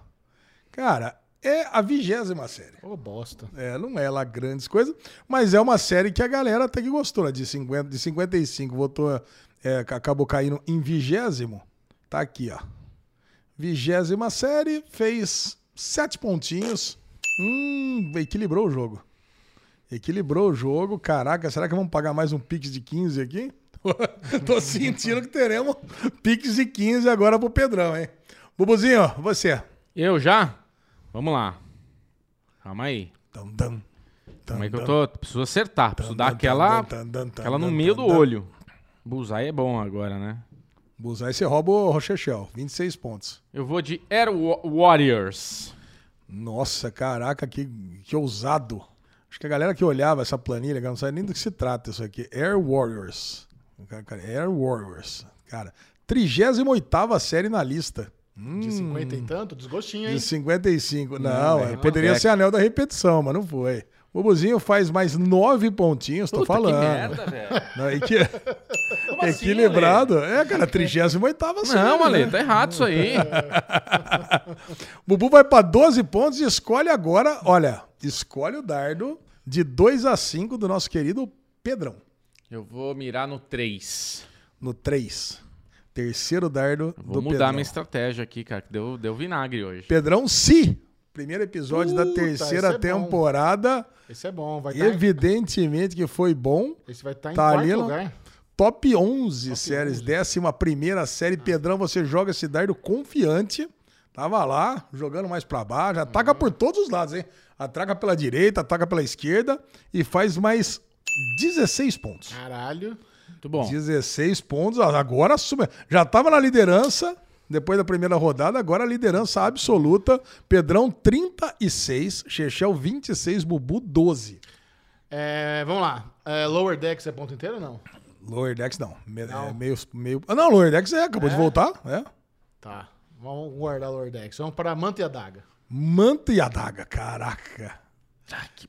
Speaker 2: Cara, é a vigésima série.
Speaker 1: Ô, bosta.
Speaker 2: É, não é lá grandes coisas, mas é uma série que a galera até que gostou, né? De, 50, de 55, votou, é, ca- acabou caindo em vigésimo. Tá aqui, ó. Vigésima série, fez sete pontinhos. Hum, equilibrou o jogo. Equilibrou o jogo. Caraca, será que vamos pagar mais um Pix de 15 aqui? <laughs> Tô sentindo que teremos Pix de 15 agora pro Pedrão, hein? Bubuzinho, você.
Speaker 3: Eu já? Vamos lá. Calma aí.
Speaker 2: Dum, dum.
Speaker 3: Como é que eu tô? Preciso acertar. Preciso dar aquela, aquela no meio do
Speaker 2: olho.
Speaker 3: olho. Bullseye é bom agora, né?
Speaker 2: Bullseye, você rouba o Rochechel. 26 pontos.
Speaker 3: Eu vou de Air Wa- Warriors.
Speaker 2: Nossa, caraca, que, que ousado. Acho que a galera que olhava essa planilha, cara, não sabe nem do que se trata isso aqui. Air Warriors. Cara, cara, Air Warriors. Cara, 38 série na lista. Hum,
Speaker 1: De 50 e tanto, desgostinho, hein?
Speaker 2: de 55. Não, é,
Speaker 3: é
Speaker 2: poderia
Speaker 3: repeteco.
Speaker 2: ser anel da repetição, mas não foi. O Bubuzinho faz mais 9 pontinhos, tô falando.
Speaker 3: velho.
Speaker 2: Não, e que- Equilibrado. é, cara, 38 série.
Speaker 3: <laughs> Não,
Speaker 2: né?
Speaker 3: Ale, tá errado isso aí.
Speaker 2: Bubu vai pra 12 pontos e escolhe agora, olha, escolhe o dardo de 2 a 5 do nosso querido Pedrão,
Speaker 3: Eu vou mirar no 3.
Speaker 2: no 3. Terceiro dardo
Speaker 3: Vou
Speaker 2: do
Speaker 3: mudar
Speaker 2: Pedrão.
Speaker 3: minha estratégia aqui, cara, que deu, deu vinagre hoje.
Speaker 2: Pedrão, se primeiro episódio da
Speaker 1: Puta,
Speaker 2: terceira
Speaker 1: esse é bom.
Speaker 2: temporada,
Speaker 1: Esse é bom, vai estar.
Speaker 2: evidentemente que foi bom.
Speaker 1: Esse vai estar em
Speaker 2: Tá
Speaker 1: quarto
Speaker 2: ali, não?
Speaker 1: lugar.
Speaker 2: Top Ah. 11 séries, décima primeira série. Pedrão, você joga esse dardo confiante. Tava lá, jogando mais pra baixo. Ataca por todos os lados, hein? Ataca pela direita, ataca pela esquerda e faz mais 16 pontos.
Speaker 1: Caralho.
Speaker 3: Muito bom.
Speaker 2: 16 pontos, agora assume. Já tava na liderança, depois da primeira rodada, agora a liderança absoluta. Pedrão 36, Chechel 26, Bubu 12.
Speaker 1: É, vamos lá. É, Lower Decks é ponto inteiro ou não?
Speaker 2: Lower Decks não. Me- é meio, meio... Ah, não, Lower Decks é, acabou de voltar, é.
Speaker 1: Tá. Vamos guardar Lower Decks. Vamos para Manta e Adaga.
Speaker 2: Manta e adaga, caraca.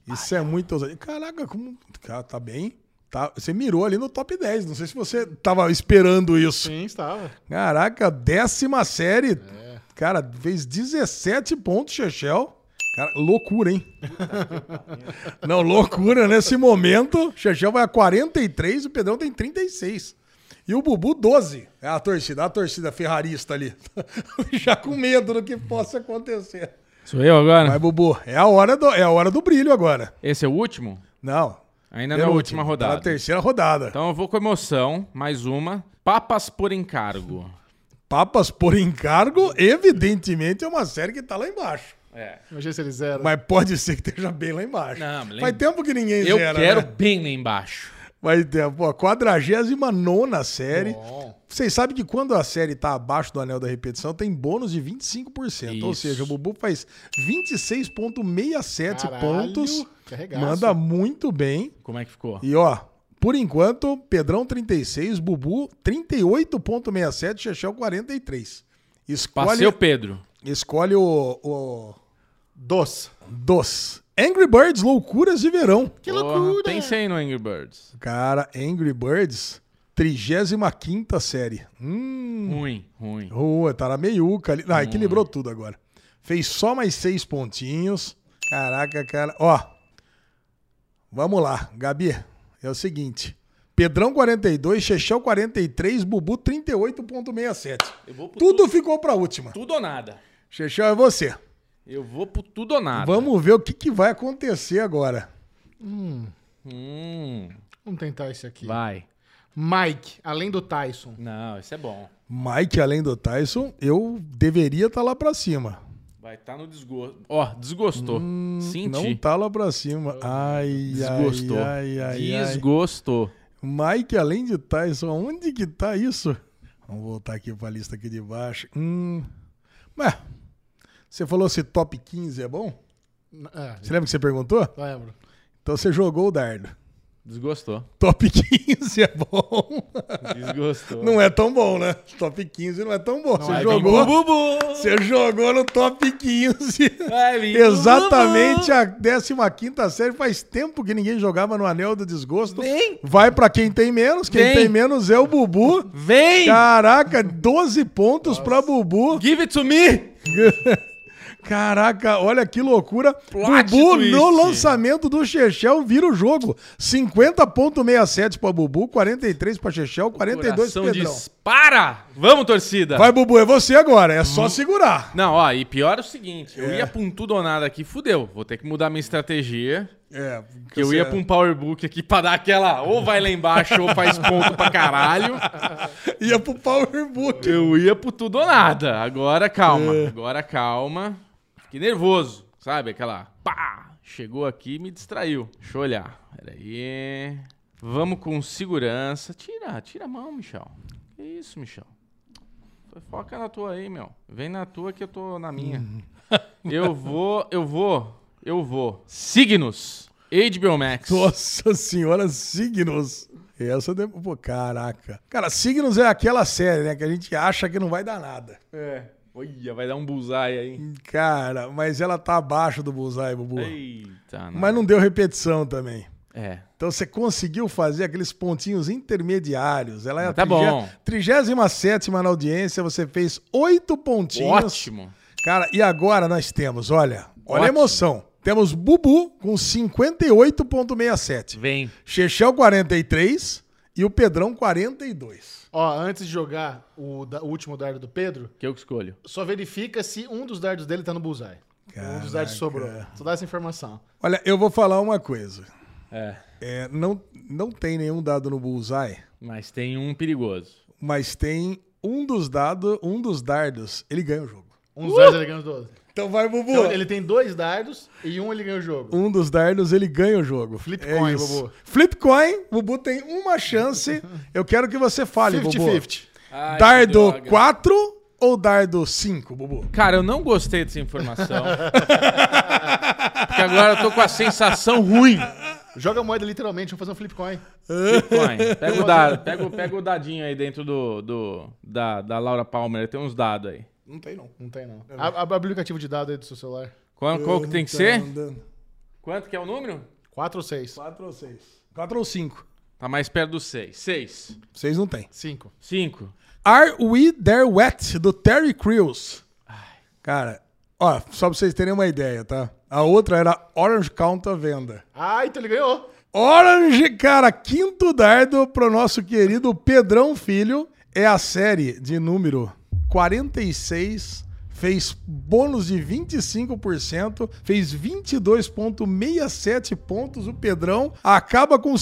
Speaker 2: Isso é muito ousado. Caraca, como. Cara, tá bem. Tá, você mirou ali no top 10. Não sei se você tava esperando isso.
Speaker 1: Sim, estava.
Speaker 2: Caraca, décima série. Cara, fez 17 pontos, Chechel. Cara, loucura, hein? Não, loucura nesse momento. Chechel vai a 43, o Pedrão tem 36. E o Bubu, 12. É a torcida, a torcida ferrarista ali. <laughs> Já com medo do que possa acontecer.
Speaker 3: Sou eu agora?
Speaker 2: Vai, Bubu. É a hora do, é a hora do brilho agora.
Speaker 3: Esse é o último?
Speaker 2: Não.
Speaker 3: Ainda não é a última
Speaker 2: Tá na
Speaker 3: rodada.
Speaker 2: terceira rodada.
Speaker 3: Então eu vou com emoção, mais uma. Papas por encargo.
Speaker 2: Papas por encargo, evidentemente, é uma série que tá lá embaixo.
Speaker 3: É.
Speaker 1: Imagina se eles zero.
Speaker 2: Mas pode ser que esteja bem lá embaixo.
Speaker 3: Não, lembra-
Speaker 2: Faz tempo que ninguém
Speaker 3: Eu
Speaker 2: zera,
Speaker 3: quero
Speaker 2: Né?
Speaker 3: bem lá embaixo.
Speaker 2: Faz tempo. Ó, 49 série.
Speaker 1: Bom.
Speaker 2: Vocês sabem que quando a série tá abaixo do anel da repetição, tem bônus de 25%. Ou
Speaker 3: Isso.
Speaker 2: seja, o Bubu faz 26,67
Speaker 1: Caralho,
Speaker 2: pontos.
Speaker 1: que arregaço.
Speaker 2: Manda muito bem.
Speaker 3: Como é que ficou?
Speaker 2: E ó, por enquanto, Pedrão 36, Bubu 38.67, Chechel 43. Escolhe,
Speaker 3: Passei o Pedro.
Speaker 2: escolhe o, o
Speaker 1: Dos.
Speaker 2: dos Angry Birds Loucuras de Verão.
Speaker 1: Que
Speaker 3: Porra,
Speaker 1: loucura.
Speaker 3: Pensei no Angry Birds.
Speaker 2: Cara, Angry Birds 35ª série. Hum.
Speaker 3: Ruim, ruim.
Speaker 2: Rua, tá na meiuca ali. Ah, equilibrou
Speaker 3: Hum.
Speaker 2: tudo agora. Fez só mais seis pontinhos. Caraca, cara. Ó. Vamos lá, Gabi. É o seguinte. Pedrão 42, Chechel 43, Bubu 38.67.
Speaker 3: Eu vou pro
Speaker 2: Tudo ficou pra última.
Speaker 3: Tudo ou nada.
Speaker 2: Chechel, é você.
Speaker 3: Eu vou pro tudo ou nada.
Speaker 2: Vamos ver o que, que vai acontecer agora.
Speaker 3: Hum,
Speaker 1: Vamos tentar esse aqui.
Speaker 3: vai.
Speaker 1: Mike, além do Tyson.
Speaker 3: Não, isso é bom.
Speaker 2: Mike, além do Tyson, eu deveria estar lá pra cima.
Speaker 3: Vai estar no desgosto. Ó, desgostou.
Speaker 2: Hum,
Speaker 3: Senti.
Speaker 2: Não tá lá pra cima. Ai,
Speaker 3: Desgostou.
Speaker 2: ai, ai, ai, ai.
Speaker 3: Desgostou.
Speaker 2: Mike, além de Tyson, onde que tá isso? Vamos voltar aqui pra lista aqui de baixo. Hum. Mas, você falou se top 15 é bom?
Speaker 1: É,
Speaker 2: Você lembra que você perguntou?
Speaker 1: lembro.
Speaker 2: Então você jogou o dardo.
Speaker 3: Desgostou.
Speaker 2: Top <laughs> 15 é bom.
Speaker 3: Desgostou.
Speaker 2: Não é tão bom, né? Top 15 não é tão bom. você
Speaker 3: Aí vem
Speaker 2: jogou.
Speaker 3: Bubu.
Speaker 2: Você jogou no top <laughs> 15.
Speaker 3: Vai vir
Speaker 2: Exatamente a 15 série. Faz tempo que ninguém jogava no Anel do Desgosto.
Speaker 3: Vem.
Speaker 2: Vai pra quem tem menos. Quem
Speaker 3: Vem.
Speaker 2: tem menos é o Bubu.
Speaker 3: Vem!
Speaker 2: Caraca, 12 pontos pra Bubu. <laughs>
Speaker 3: Give it to me!
Speaker 2: Caraca, olha que loucura.
Speaker 3: Plot
Speaker 2: Bubu
Speaker 3: twist.
Speaker 2: no lançamento do Chechel vira o jogo. 50.67 pra Bubu, 43 pra Chechel, 42
Speaker 3: Coração
Speaker 2: pra Pedrão.
Speaker 3: dispara! Vamos, torcida!
Speaker 2: Vai, Bubu, é você agora. É
Speaker 3: Hum.
Speaker 2: só segurar.
Speaker 3: Não, ó, e pior é o seguinte, eu ia pra um tudo ou nada aqui, fudeu. Vou ter que mudar minha estratégia.
Speaker 2: É,
Speaker 3: Que eu ia pra um powerbook aqui pra dar aquela ou vai lá embaixo ou faz ponto
Speaker 2: <laughs>
Speaker 3: pra caralho.
Speaker 2: ia pro Powerbook.
Speaker 3: Eu ia pro tudo ou nada. Agora calma,
Speaker 2: É.
Speaker 3: agora calma. Fiquei nervoso, sabe? Aquela pá! Chegou aqui e me distraiu. Deixa eu olhar. Peraí. Vamos com segurança. Tira, tira a mão, Michel. Que isso, Michel? Foca na tua aí, meu. Vem na tua que eu tô
Speaker 2: <laughs>
Speaker 3: na minha. eu vou, eu vou, eu vou. Signos. HBO Max.
Speaker 2: Nossa senhora, signos. Essa de... Pô, caraca. Cara, signos é aquela série, né? Que a gente acha que não vai dar nada.
Speaker 3: É. Olha, vai dar um bullseye aí.
Speaker 2: Cara, mas ela tá abaixo do Bullseye, Bubu.
Speaker 3: Eita, não.
Speaker 2: Mas não deu repetição também.
Speaker 3: É.
Speaker 2: Então você conseguiu fazer aqueles pontinhos intermediários. Ela é a
Speaker 3: Tá bom.
Speaker 2: 37 na audiência, você fez oito pontinhos.
Speaker 3: Ótimo.
Speaker 2: Cara, e agora nós temos, olha, olha a
Speaker 3: Ótimo.
Speaker 2: emoção. Temos Bubu com 58,67.
Speaker 3: Vem.
Speaker 2: Chechel 43 e o Pedrão 42.
Speaker 1: Ó, antes de jogar o, da- o último dardo do Pedro,
Speaker 3: Que eu que escolho.
Speaker 1: só verifica se um dos dardos dele tá no bullseye. Um dos dardos sobrou. Só dá essa informação.
Speaker 2: Olha, eu vou falar uma coisa.
Speaker 3: É.
Speaker 2: É, não, não tem nenhum dado no Bullseye,
Speaker 3: Mas tem um perigoso.
Speaker 2: mas tem um dos dados, um dos dardos, ele ganha o jogo.
Speaker 1: Um dos dardos ele ganha os dois.
Speaker 2: Então vai, Bubu.
Speaker 1: Então, ele tem dois dardos e um ele ganha o jogo.
Speaker 2: Um dos dardos, ele ganha o jogo. É
Speaker 1: Flip coin, Bubu.
Speaker 2: Flip coin, Bubu tem uma chance. Eu quero que você fale, Bubu.
Speaker 1: 50-50.
Speaker 3: Ai,
Speaker 2: Dardo
Speaker 3: que droga.
Speaker 2: 4 ou dardo 5, Bubu?
Speaker 3: Cara, eu não gostei dessa informação. <laughs> porque agora eu tô com a sensação ruim.
Speaker 1: Joga a moeda literalmente, vamos fazer um flip coin.
Speaker 3: Bitcoin. Pega o, dado, pega, o- pega o dadinho aí dentro do, do- da, da Laura Palmer. Tem uns dados aí.
Speaker 2: Não tem, não.
Speaker 1: Não tem, não. Ab- Abre o aplicativo de dado aí do seu celular.
Speaker 3: Qual, qual que tem que ser? Quanto que é o número?
Speaker 1: 4 ou 6?
Speaker 2: 4 ou 6? 4 ou 5?
Speaker 3: Tá mais perto do 6. 6.
Speaker 2: 6 não tem.
Speaker 1: 5.
Speaker 3: 5.
Speaker 2: Are We There Wet, do Terry Crews. Cara, ó, só pra vocês terem uma ideia, tá? A outra era Orange Count à venda.
Speaker 1: Ah, então ele ganhou.
Speaker 2: Orange, cara, quinto dardo pro nosso querido Pedrão Filho. É a série de número 46, fez bônus de 25%, fez 22,67 pontos o Pedrão, acaba com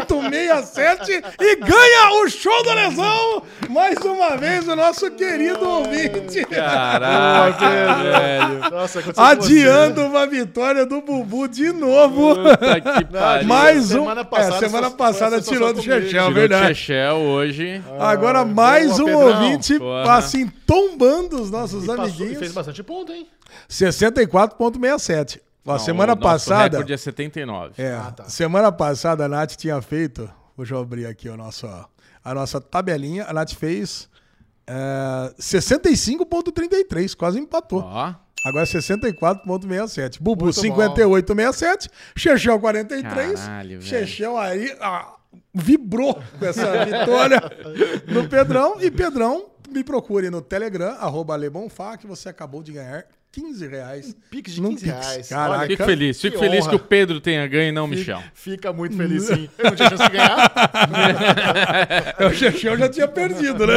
Speaker 2: 64,67 e ganha o show da lesão! Mais uma vez, o nosso querido ouvinte.
Speaker 3: Caraca, Ah, <laughs> velho.
Speaker 1: né? Nossa, aconteceu com você, né?
Speaker 2: Adiando uma vitória do Bubu de novo.
Speaker 3: Puta que pariu.
Speaker 2: Mais um.
Speaker 1: né? Semana passada
Speaker 2: é, semana
Speaker 1: só-
Speaker 2: passada
Speaker 1: foi essa
Speaker 2: tirou
Speaker 1: só
Speaker 2: do
Speaker 1: comigo.
Speaker 2: Chechel,
Speaker 3: Tirou
Speaker 2: É verdade.
Speaker 3: o Chechel hoje.
Speaker 2: Agora mais
Speaker 1: boa,
Speaker 2: um
Speaker 1: Pedrão.
Speaker 2: ouvinte
Speaker 3: Boa.
Speaker 2: assim tombando os nossos
Speaker 1: Passou- e fez
Speaker 2: amiguinhos.
Speaker 1: bastante ponto, hein?
Speaker 2: 64.67. Ó,
Speaker 3: Não,
Speaker 2: semana
Speaker 3: o nosso
Speaker 2: passada.
Speaker 3: recorde é 79.
Speaker 2: É,
Speaker 1: Ah, tá.
Speaker 2: semana passada a Nath tinha feito. Deixa eu abrir aqui o nosso, a nossa tabelinha. A Nath fez é, 65,33, quase empatou.
Speaker 3: Ó.
Speaker 2: Agora 64,67. Bubu
Speaker 1: Muito
Speaker 2: 58,67. Chechel 43.
Speaker 3: Caralho, velho.
Speaker 2: Chechel aí ah, vibrou com
Speaker 3: <laughs>
Speaker 2: essa vitória no Pedrão. E Pedrão, me procure no Telegram, arroba Lebonfá, que você acabou de ganhar 15 reais.
Speaker 1: Pix de
Speaker 2: Num
Speaker 1: 15
Speaker 2: Pix,
Speaker 1: reais.
Speaker 2: caraca.
Speaker 1: Olha,
Speaker 3: Fico feliz,
Speaker 1: que
Speaker 3: fico feliz que
Speaker 1: honra.
Speaker 3: o Pedro tenha ganho e não o Michel.
Speaker 1: Fica muito
Speaker 2: <laughs>
Speaker 1: feliz, sim. Eu não tinha chance de ganhar.
Speaker 2: O Chechel já tinha perdido, né?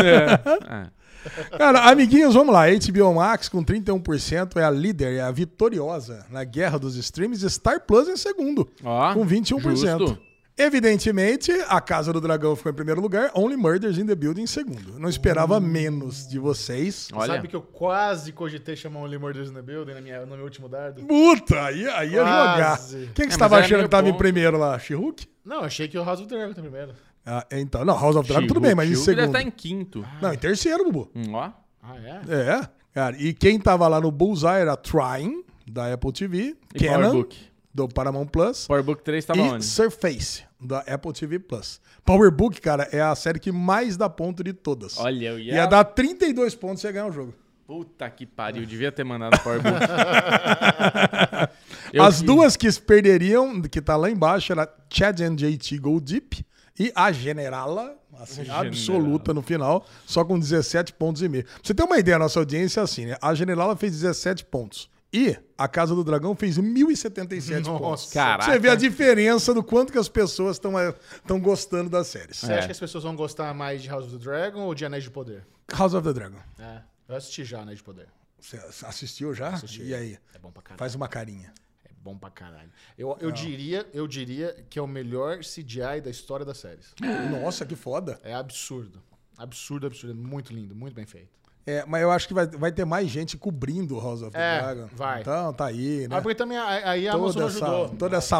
Speaker 3: É.
Speaker 2: Cara, amiguinhos, vamos lá. HBO Max com 31% é a líder, é a vitoriosa na guerra dos streams. Star Plus em segundo,
Speaker 3: Ó,
Speaker 2: com 21%.
Speaker 3: Ah, justo.
Speaker 2: Evidentemente, a Casa do Dragão ficou em primeiro lugar, Only Murders in the Building em segundo. Não esperava menos de vocês.
Speaker 3: Olha,
Speaker 1: Sabe que eu quase cogitei chamar um Limorders in the Building na minha, no meu último dado?
Speaker 2: Puta, aí, aí ia jogar.
Speaker 1: Quase.
Speaker 2: Quem que você
Speaker 3: É, mas
Speaker 2: estava
Speaker 3: era
Speaker 2: achando
Speaker 3: meio
Speaker 2: que estava em
Speaker 3: ponto.
Speaker 2: primeiro lá? She-Hulk?
Speaker 1: Não, achei que o House of the Dragon tá primeiro.
Speaker 2: Ah, então, não, House of Dragon tudo
Speaker 3: She-Hulk,
Speaker 2: bem, mas em
Speaker 3: She-Hulk
Speaker 2: segundo. Ah.
Speaker 3: deve estar em quinto.
Speaker 2: Não, em terceiro, Bubu.
Speaker 3: Hum, ó.
Speaker 1: Ah, é?
Speaker 2: É, cara. E quem tava lá no Bullseye era Trine, da Apple TV,
Speaker 3: E
Speaker 2: Canon,
Speaker 3: Powerbook.
Speaker 2: do Paramount Plus,
Speaker 3: Powerbook 3 tava
Speaker 2: e
Speaker 3: onde?
Speaker 2: Surface, da Apple TV Plus. Powerbook, cara, é a série que mais dá ponto de todas.
Speaker 3: Olha, eu ia...
Speaker 2: Ia dar 32 pontos e ia ganhar o jogo.
Speaker 3: Puta que pariu, devia ter mandado Powerbook.
Speaker 2: <laughs>
Speaker 3: Eu
Speaker 2: As
Speaker 3: que-
Speaker 2: duas que perderiam, que tá lá embaixo, era Chad and JT Go Deep e a Generala, assim,
Speaker 3: Generala.
Speaker 2: absoluta no final, só com 17 pontos e meio. Pra você ter uma ideia, a nossa audiência é assim, né? A Generala fez 17 pontos. E a Casa do Dragão fez 1.077 pontos.
Speaker 3: Caraca.
Speaker 2: Você vê a diferença do quanto que as pessoas estão gostando das séries.
Speaker 1: Você
Speaker 3: É.
Speaker 1: acha que as pessoas vão gostar mais de House of the Dragon ou de Anéis de Poder?
Speaker 2: House of the Dragon.
Speaker 1: É. Eu assisti já Anéis de Poder.
Speaker 2: Você assistiu já? E aí?
Speaker 1: É bom pra caralho.
Speaker 2: Faz uma carinha.
Speaker 1: É bom pra caralho. Eu, eu, diria, eu diria que é o melhor CGI da história das séries.
Speaker 2: Nossa, que foda.
Speaker 1: É absurdo. Absurdo, absurdo. É Muito lindo, muito bem feito.
Speaker 2: É, mas eu acho que vai, vai ter mais gente cobrindo o House of the
Speaker 1: É,
Speaker 2: Dragon.
Speaker 1: vai.
Speaker 2: Então tá aí, né?
Speaker 1: Ah, porque também a- aí a Amazon
Speaker 2: toda,
Speaker 1: ajudou.
Speaker 2: essa, toda
Speaker 1: o
Speaker 2: essa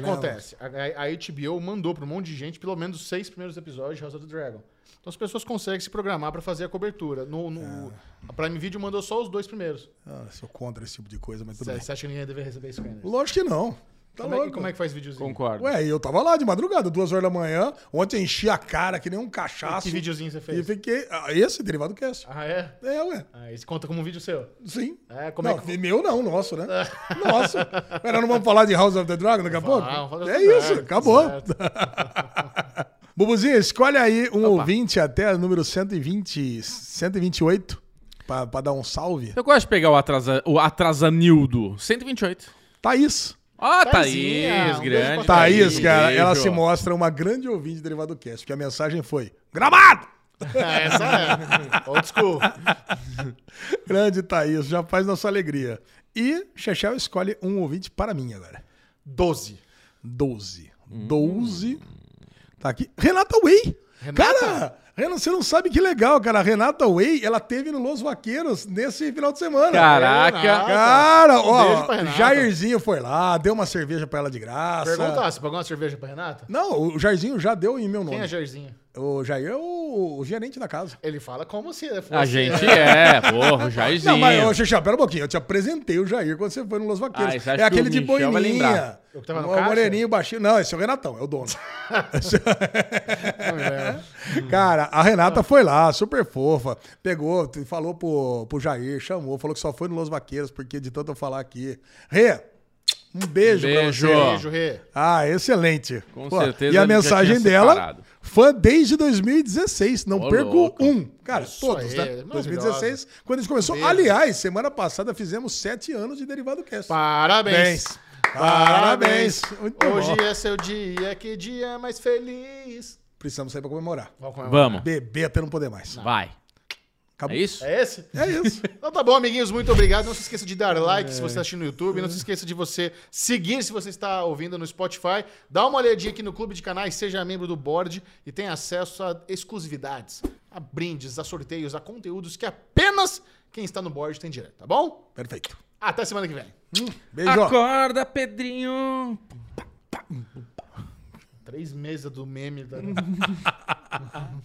Speaker 1: que
Speaker 2: né?
Speaker 1: acontece? A, a a HBO mandou pra um monte de gente pelo menos os seis primeiros episódios de House of the Dragon. Então as pessoas conseguem se programar pra fazer a cobertura. No, no,
Speaker 2: É.
Speaker 1: A Prime Video mandou só os dois primeiros.
Speaker 2: Ah, eu sou contra esse tipo de coisa, mas tudo
Speaker 1: Você
Speaker 2: bem.
Speaker 1: você acha que ninguém deveria receber screener?
Speaker 2: Lógico que não. Tá
Speaker 1: é Como é, que-
Speaker 2: louco.
Speaker 1: como é que faz videozinho?
Speaker 3: Concordo.
Speaker 2: Ué, eu tava lá de madrugada, duas horas da manhã. Ontem enchi a cara que nem um cachaço.
Speaker 1: Que videozinho você
Speaker 2: E
Speaker 1: fez?
Speaker 2: fiquei. Ah, esse derivado cast.
Speaker 1: Ah, é?
Speaker 2: É, ué.
Speaker 1: Ah, esse conta como um vídeo seu.
Speaker 2: Sim.
Speaker 1: É, como
Speaker 2: não,
Speaker 1: é que...
Speaker 2: Meu não, nosso,
Speaker 1: <laughs>
Speaker 2: né? Nosso. Pera, não vamos falar de House of the Dragon daqui a pouco?
Speaker 1: Falar, vamos falar do
Speaker 2: é
Speaker 1: Dragon,
Speaker 2: isso, acabou.
Speaker 1: certo.
Speaker 2: <laughs> Bubuzinho, escolhe aí um ouvinte até número 120, 128 pra, pra dar um salve.
Speaker 3: Eu gosto de pegar o, atrasa, o atrasanildo. 128.
Speaker 2: Thaís.
Speaker 3: Ó,
Speaker 1: Thaisinha,
Speaker 3: Thaís,
Speaker 1: um
Speaker 3: grande.
Speaker 1: beijo pra
Speaker 2: Thaís, cara,
Speaker 3: beijo.
Speaker 2: ela se mostra uma grande ouvinte de derivado cast, porque a mensagem foi: Gramado!
Speaker 1: Essa é. Old school.
Speaker 2: Grande Thaís, já faz nossa alegria. E Chechel escolhe um ouvinte para mim agora.
Speaker 1: 12.
Speaker 2: 12.
Speaker 1: Hum.
Speaker 2: 12. Tá aqui. Renata Way. Cara, Renan, você não sabe que legal, cara. A Renata Way, ela teve no Los Vaqueiros nesse final de semana.
Speaker 3: Caraca.
Speaker 2: Cara,
Speaker 1: Um beijo pra
Speaker 2: ó,
Speaker 1: Renata.
Speaker 2: Jairzinho foi lá, deu uma cerveja pra ela de graça.
Speaker 1: Pergunta, tá, você pagou uma cerveja pra Renata?
Speaker 2: Não, o Jairzinho já deu em meu nome.
Speaker 1: Quem é Jairzinho?
Speaker 2: O Jair é o, o gerente da casa.
Speaker 1: Ele fala como se fosse... né?
Speaker 3: A gente é, porra, o Jairzinho.
Speaker 2: Não, mas, ô, Xixá, pera um pouquinho. Eu te apresentei o Jair quando você foi no Los
Speaker 3: Ah,
Speaker 2: Vaqueiros.
Speaker 3: você acha
Speaker 2: é
Speaker 3: que
Speaker 2: aquele
Speaker 3: o
Speaker 2: de
Speaker 3: Michel vai
Speaker 2: boininha.
Speaker 3: lembrar?
Speaker 1: Eu que tava no
Speaker 2: o
Speaker 1: caixa?
Speaker 2: moreninho baixinho. Não, esse é o Renatão, é
Speaker 1: <laughs>
Speaker 2: o dono. Cara, a Renata foi lá, super fofa. Pegou, t- falou pro, pro Jair, chamou, falou que só foi no Los Vaqueiros, porque de tanto eu falar aqui. Rê, um beijo,
Speaker 3: Beijo.
Speaker 2: pra você.
Speaker 1: Beijo, Rê.
Speaker 2: Ah, excelente.
Speaker 3: Com certeza
Speaker 2: E a
Speaker 3: ele já
Speaker 2: mensagem
Speaker 3: tinha
Speaker 2: dela,
Speaker 3: separado.
Speaker 2: fã desde 2016, não
Speaker 3: Ô,
Speaker 2: perco
Speaker 3: louco.
Speaker 2: um. Cara,
Speaker 1: Isso
Speaker 2: todos,
Speaker 1: aí, é
Speaker 2: né?
Speaker 1: maravilhosa.
Speaker 2: 2016, quando a gente começou. Aliás, semana passada fizemos sete anos de Derivado Cast.
Speaker 1: Parabéns.
Speaker 2: Parabéns. Muito
Speaker 1: Hoje
Speaker 2: bom.
Speaker 1: é seu dia, que dia mais feliz.
Speaker 2: Precisamos sair pra comemorar.
Speaker 1: Vamos comemorar.
Speaker 3: Vamos.
Speaker 2: Beber até não poder mais.
Speaker 3: Vai.
Speaker 2: Acabou.
Speaker 3: É isso?
Speaker 1: É esse?
Speaker 2: É
Speaker 1: <laughs>
Speaker 2: isso.
Speaker 1: Então tá bom, amiguinhos, muito obrigado. Não se esqueça de dar like se você está assistindo no YouTube. Não se esqueça de você seguir se você está ouvindo no Spotify. Dá uma olhadinha aqui no Clube de Canais, seja membro do board e tenha acesso a exclusividades, a brindes, a sorteios, a conteúdos que apenas quem está no board tem direito, tá bom?
Speaker 2: Perfeito.
Speaker 1: Até semana que vem.
Speaker 2: Hum, Beijo.
Speaker 3: Acorda, Pedrinho.
Speaker 1: Três meses do meme da.